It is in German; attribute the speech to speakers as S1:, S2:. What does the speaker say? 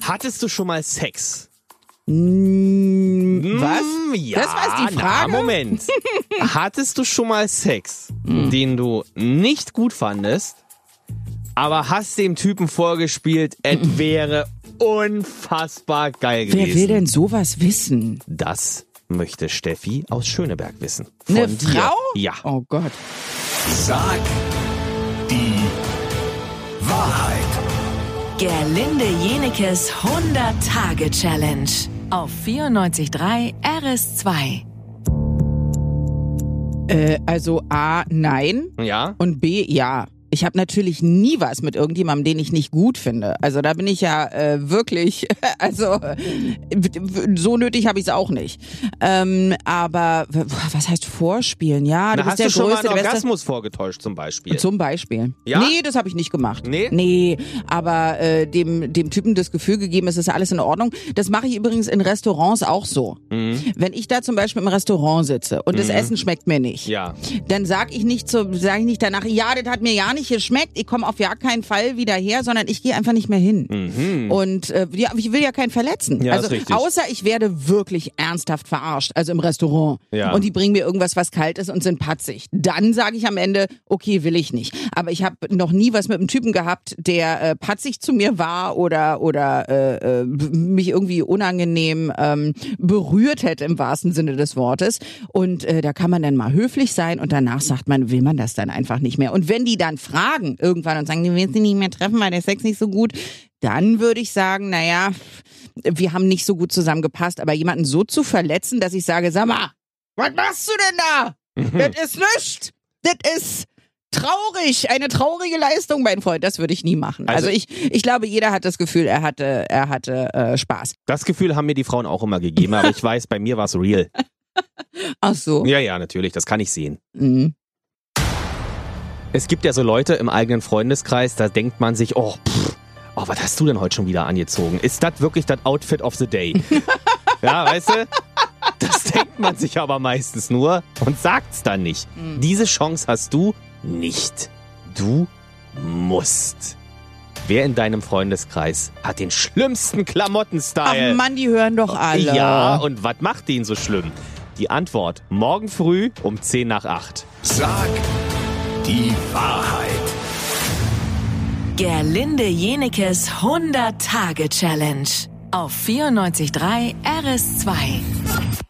S1: Hattest du schon mal Sex?
S2: Mm, was?
S1: Hm, Ja,
S2: Das war jetzt die
S1: Na,
S2: Frage?
S1: Moment. Hattest du schon mal Sex,
S2: Hm.
S1: den du nicht gut fandest, aber hast dem Typen vorgespielt, es wäre unfassbar geil
S2: Hm. Wer will
S1: gewesen?
S2: denn sowas wissen?
S1: Das möchte Steffi aus Schöneberg wissen. Von
S2: Eine
S1: dir.
S2: Frau?
S1: Ja.
S2: Oh Gott.
S3: Sag die Wahrheit.
S4: Gerlinde Jenekes 100-Tage-Challenge auf 94.3 RS2.
S2: Äh, also A, nein
S1: Ja?
S2: und B, ja. Ich habe natürlich nie was mit irgendjemandem, den ich nicht gut finde. Also da bin ich ja äh, wirklich, also w- w- so nötig habe ich es auch nicht. Ähm, aber w- was heißt Vorspielen? Ja,
S1: Na,
S2: du bist
S1: hast
S2: der
S1: du schon mal
S2: Größte,
S1: einen
S2: der Beste.
S1: Orgasmus vorgetäuscht zum Beispiel?
S2: Zum Beispiel.
S1: Ja?
S2: Nee, das habe ich nicht gemacht.
S1: Nee?
S2: Nee, aber äh, dem, dem Typen das Gefühl gegeben, es ist alles in Ordnung. Das mache ich übrigens in Restaurants auch so.
S1: Mhm.
S2: Wenn ich da zum Beispiel im Restaurant sitze und das Essen schmeckt mir nicht,
S1: ja.
S2: dann sag ich nicht so, sag ich nicht danach, ja, das hat mir ja nicht geschmeckt, ich komme auf ja keinen Fall wieder her, sondern ich gehe einfach nicht mehr hin. Und äh, ja, ich will ja keinen verletzen.
S1: Mhm. Ja,
S2: also
S1: ist richtig.
S2: außer ich werde wirklich ernsthaft verarscht, also im Restaurant.
S1: Ja.
S2: Und die bringen mir irgendwas, was kalt ist und sind patzig. Dann sage ich am Ende, okay, will ich nicht. Aber ich habe noch nie was mit einem Typen gehabt, der äh, patzig zu mir war oder oder äh, äh, mich irgendwie unangenehm ähm, berührt hätte im wahrsten Sinne des Wortes. Und äh, da kann man dann mal höflich sein und danach sagt man, will man das dann einfach nicht mehr. Und wenn die dann fragen irgendwann und sagen, wir willst dich nicht mehr treffen, weil der Sex nicht so gut, dann würde ich sagen, naja, wir haben nicht so gut zusammengepasst, aber jemanden so zu verletzen, dass ich sage, sag mal, was machst du denn
S1: Mhm.
S2: da? Das ist nichts. Das ist traurig. Eine traurige Leistung, mein Freund. Das würde ich nie machen.
S1: Also-
S2: Also, ich, ich glaube, jeder hat das Gefühl, er hatte, er hatte äh, Spaß.
S1: Das Gefühl haben mir die Frauen auch immer gegeben, aber ich weiß, bei mir war es real.
S2: Ach so.
S1: Ja, ja, natürlich, das kann ich sehen.
S2: Mhm.
S1: Es gibt ja so Leute im eigenen Freundeskreis, da denkt man sich, oh, pff, oh, was hast du denn heute schon wieder angezogen? Ist das wirklich das Outfit of the Day? ja, weißt du? Das denkt man sich aber meistens nur und sagt's dann nicht. Diese Chance hast du nicht. Du musst. Wer in deinem Freundeskreis hat den schlimmsten
S2: Ach
S1: Klamottenstyle?
S2: Mann, die hören doch alle.
S1: Ja, und was macht den so schlimm? Die Antwort: morgen früh um 10 nach 8.
S3: Sag die Wahrheit.
S4: Gerlinde Jenekes 100-Tage-Challenge auf 94.3 RS2.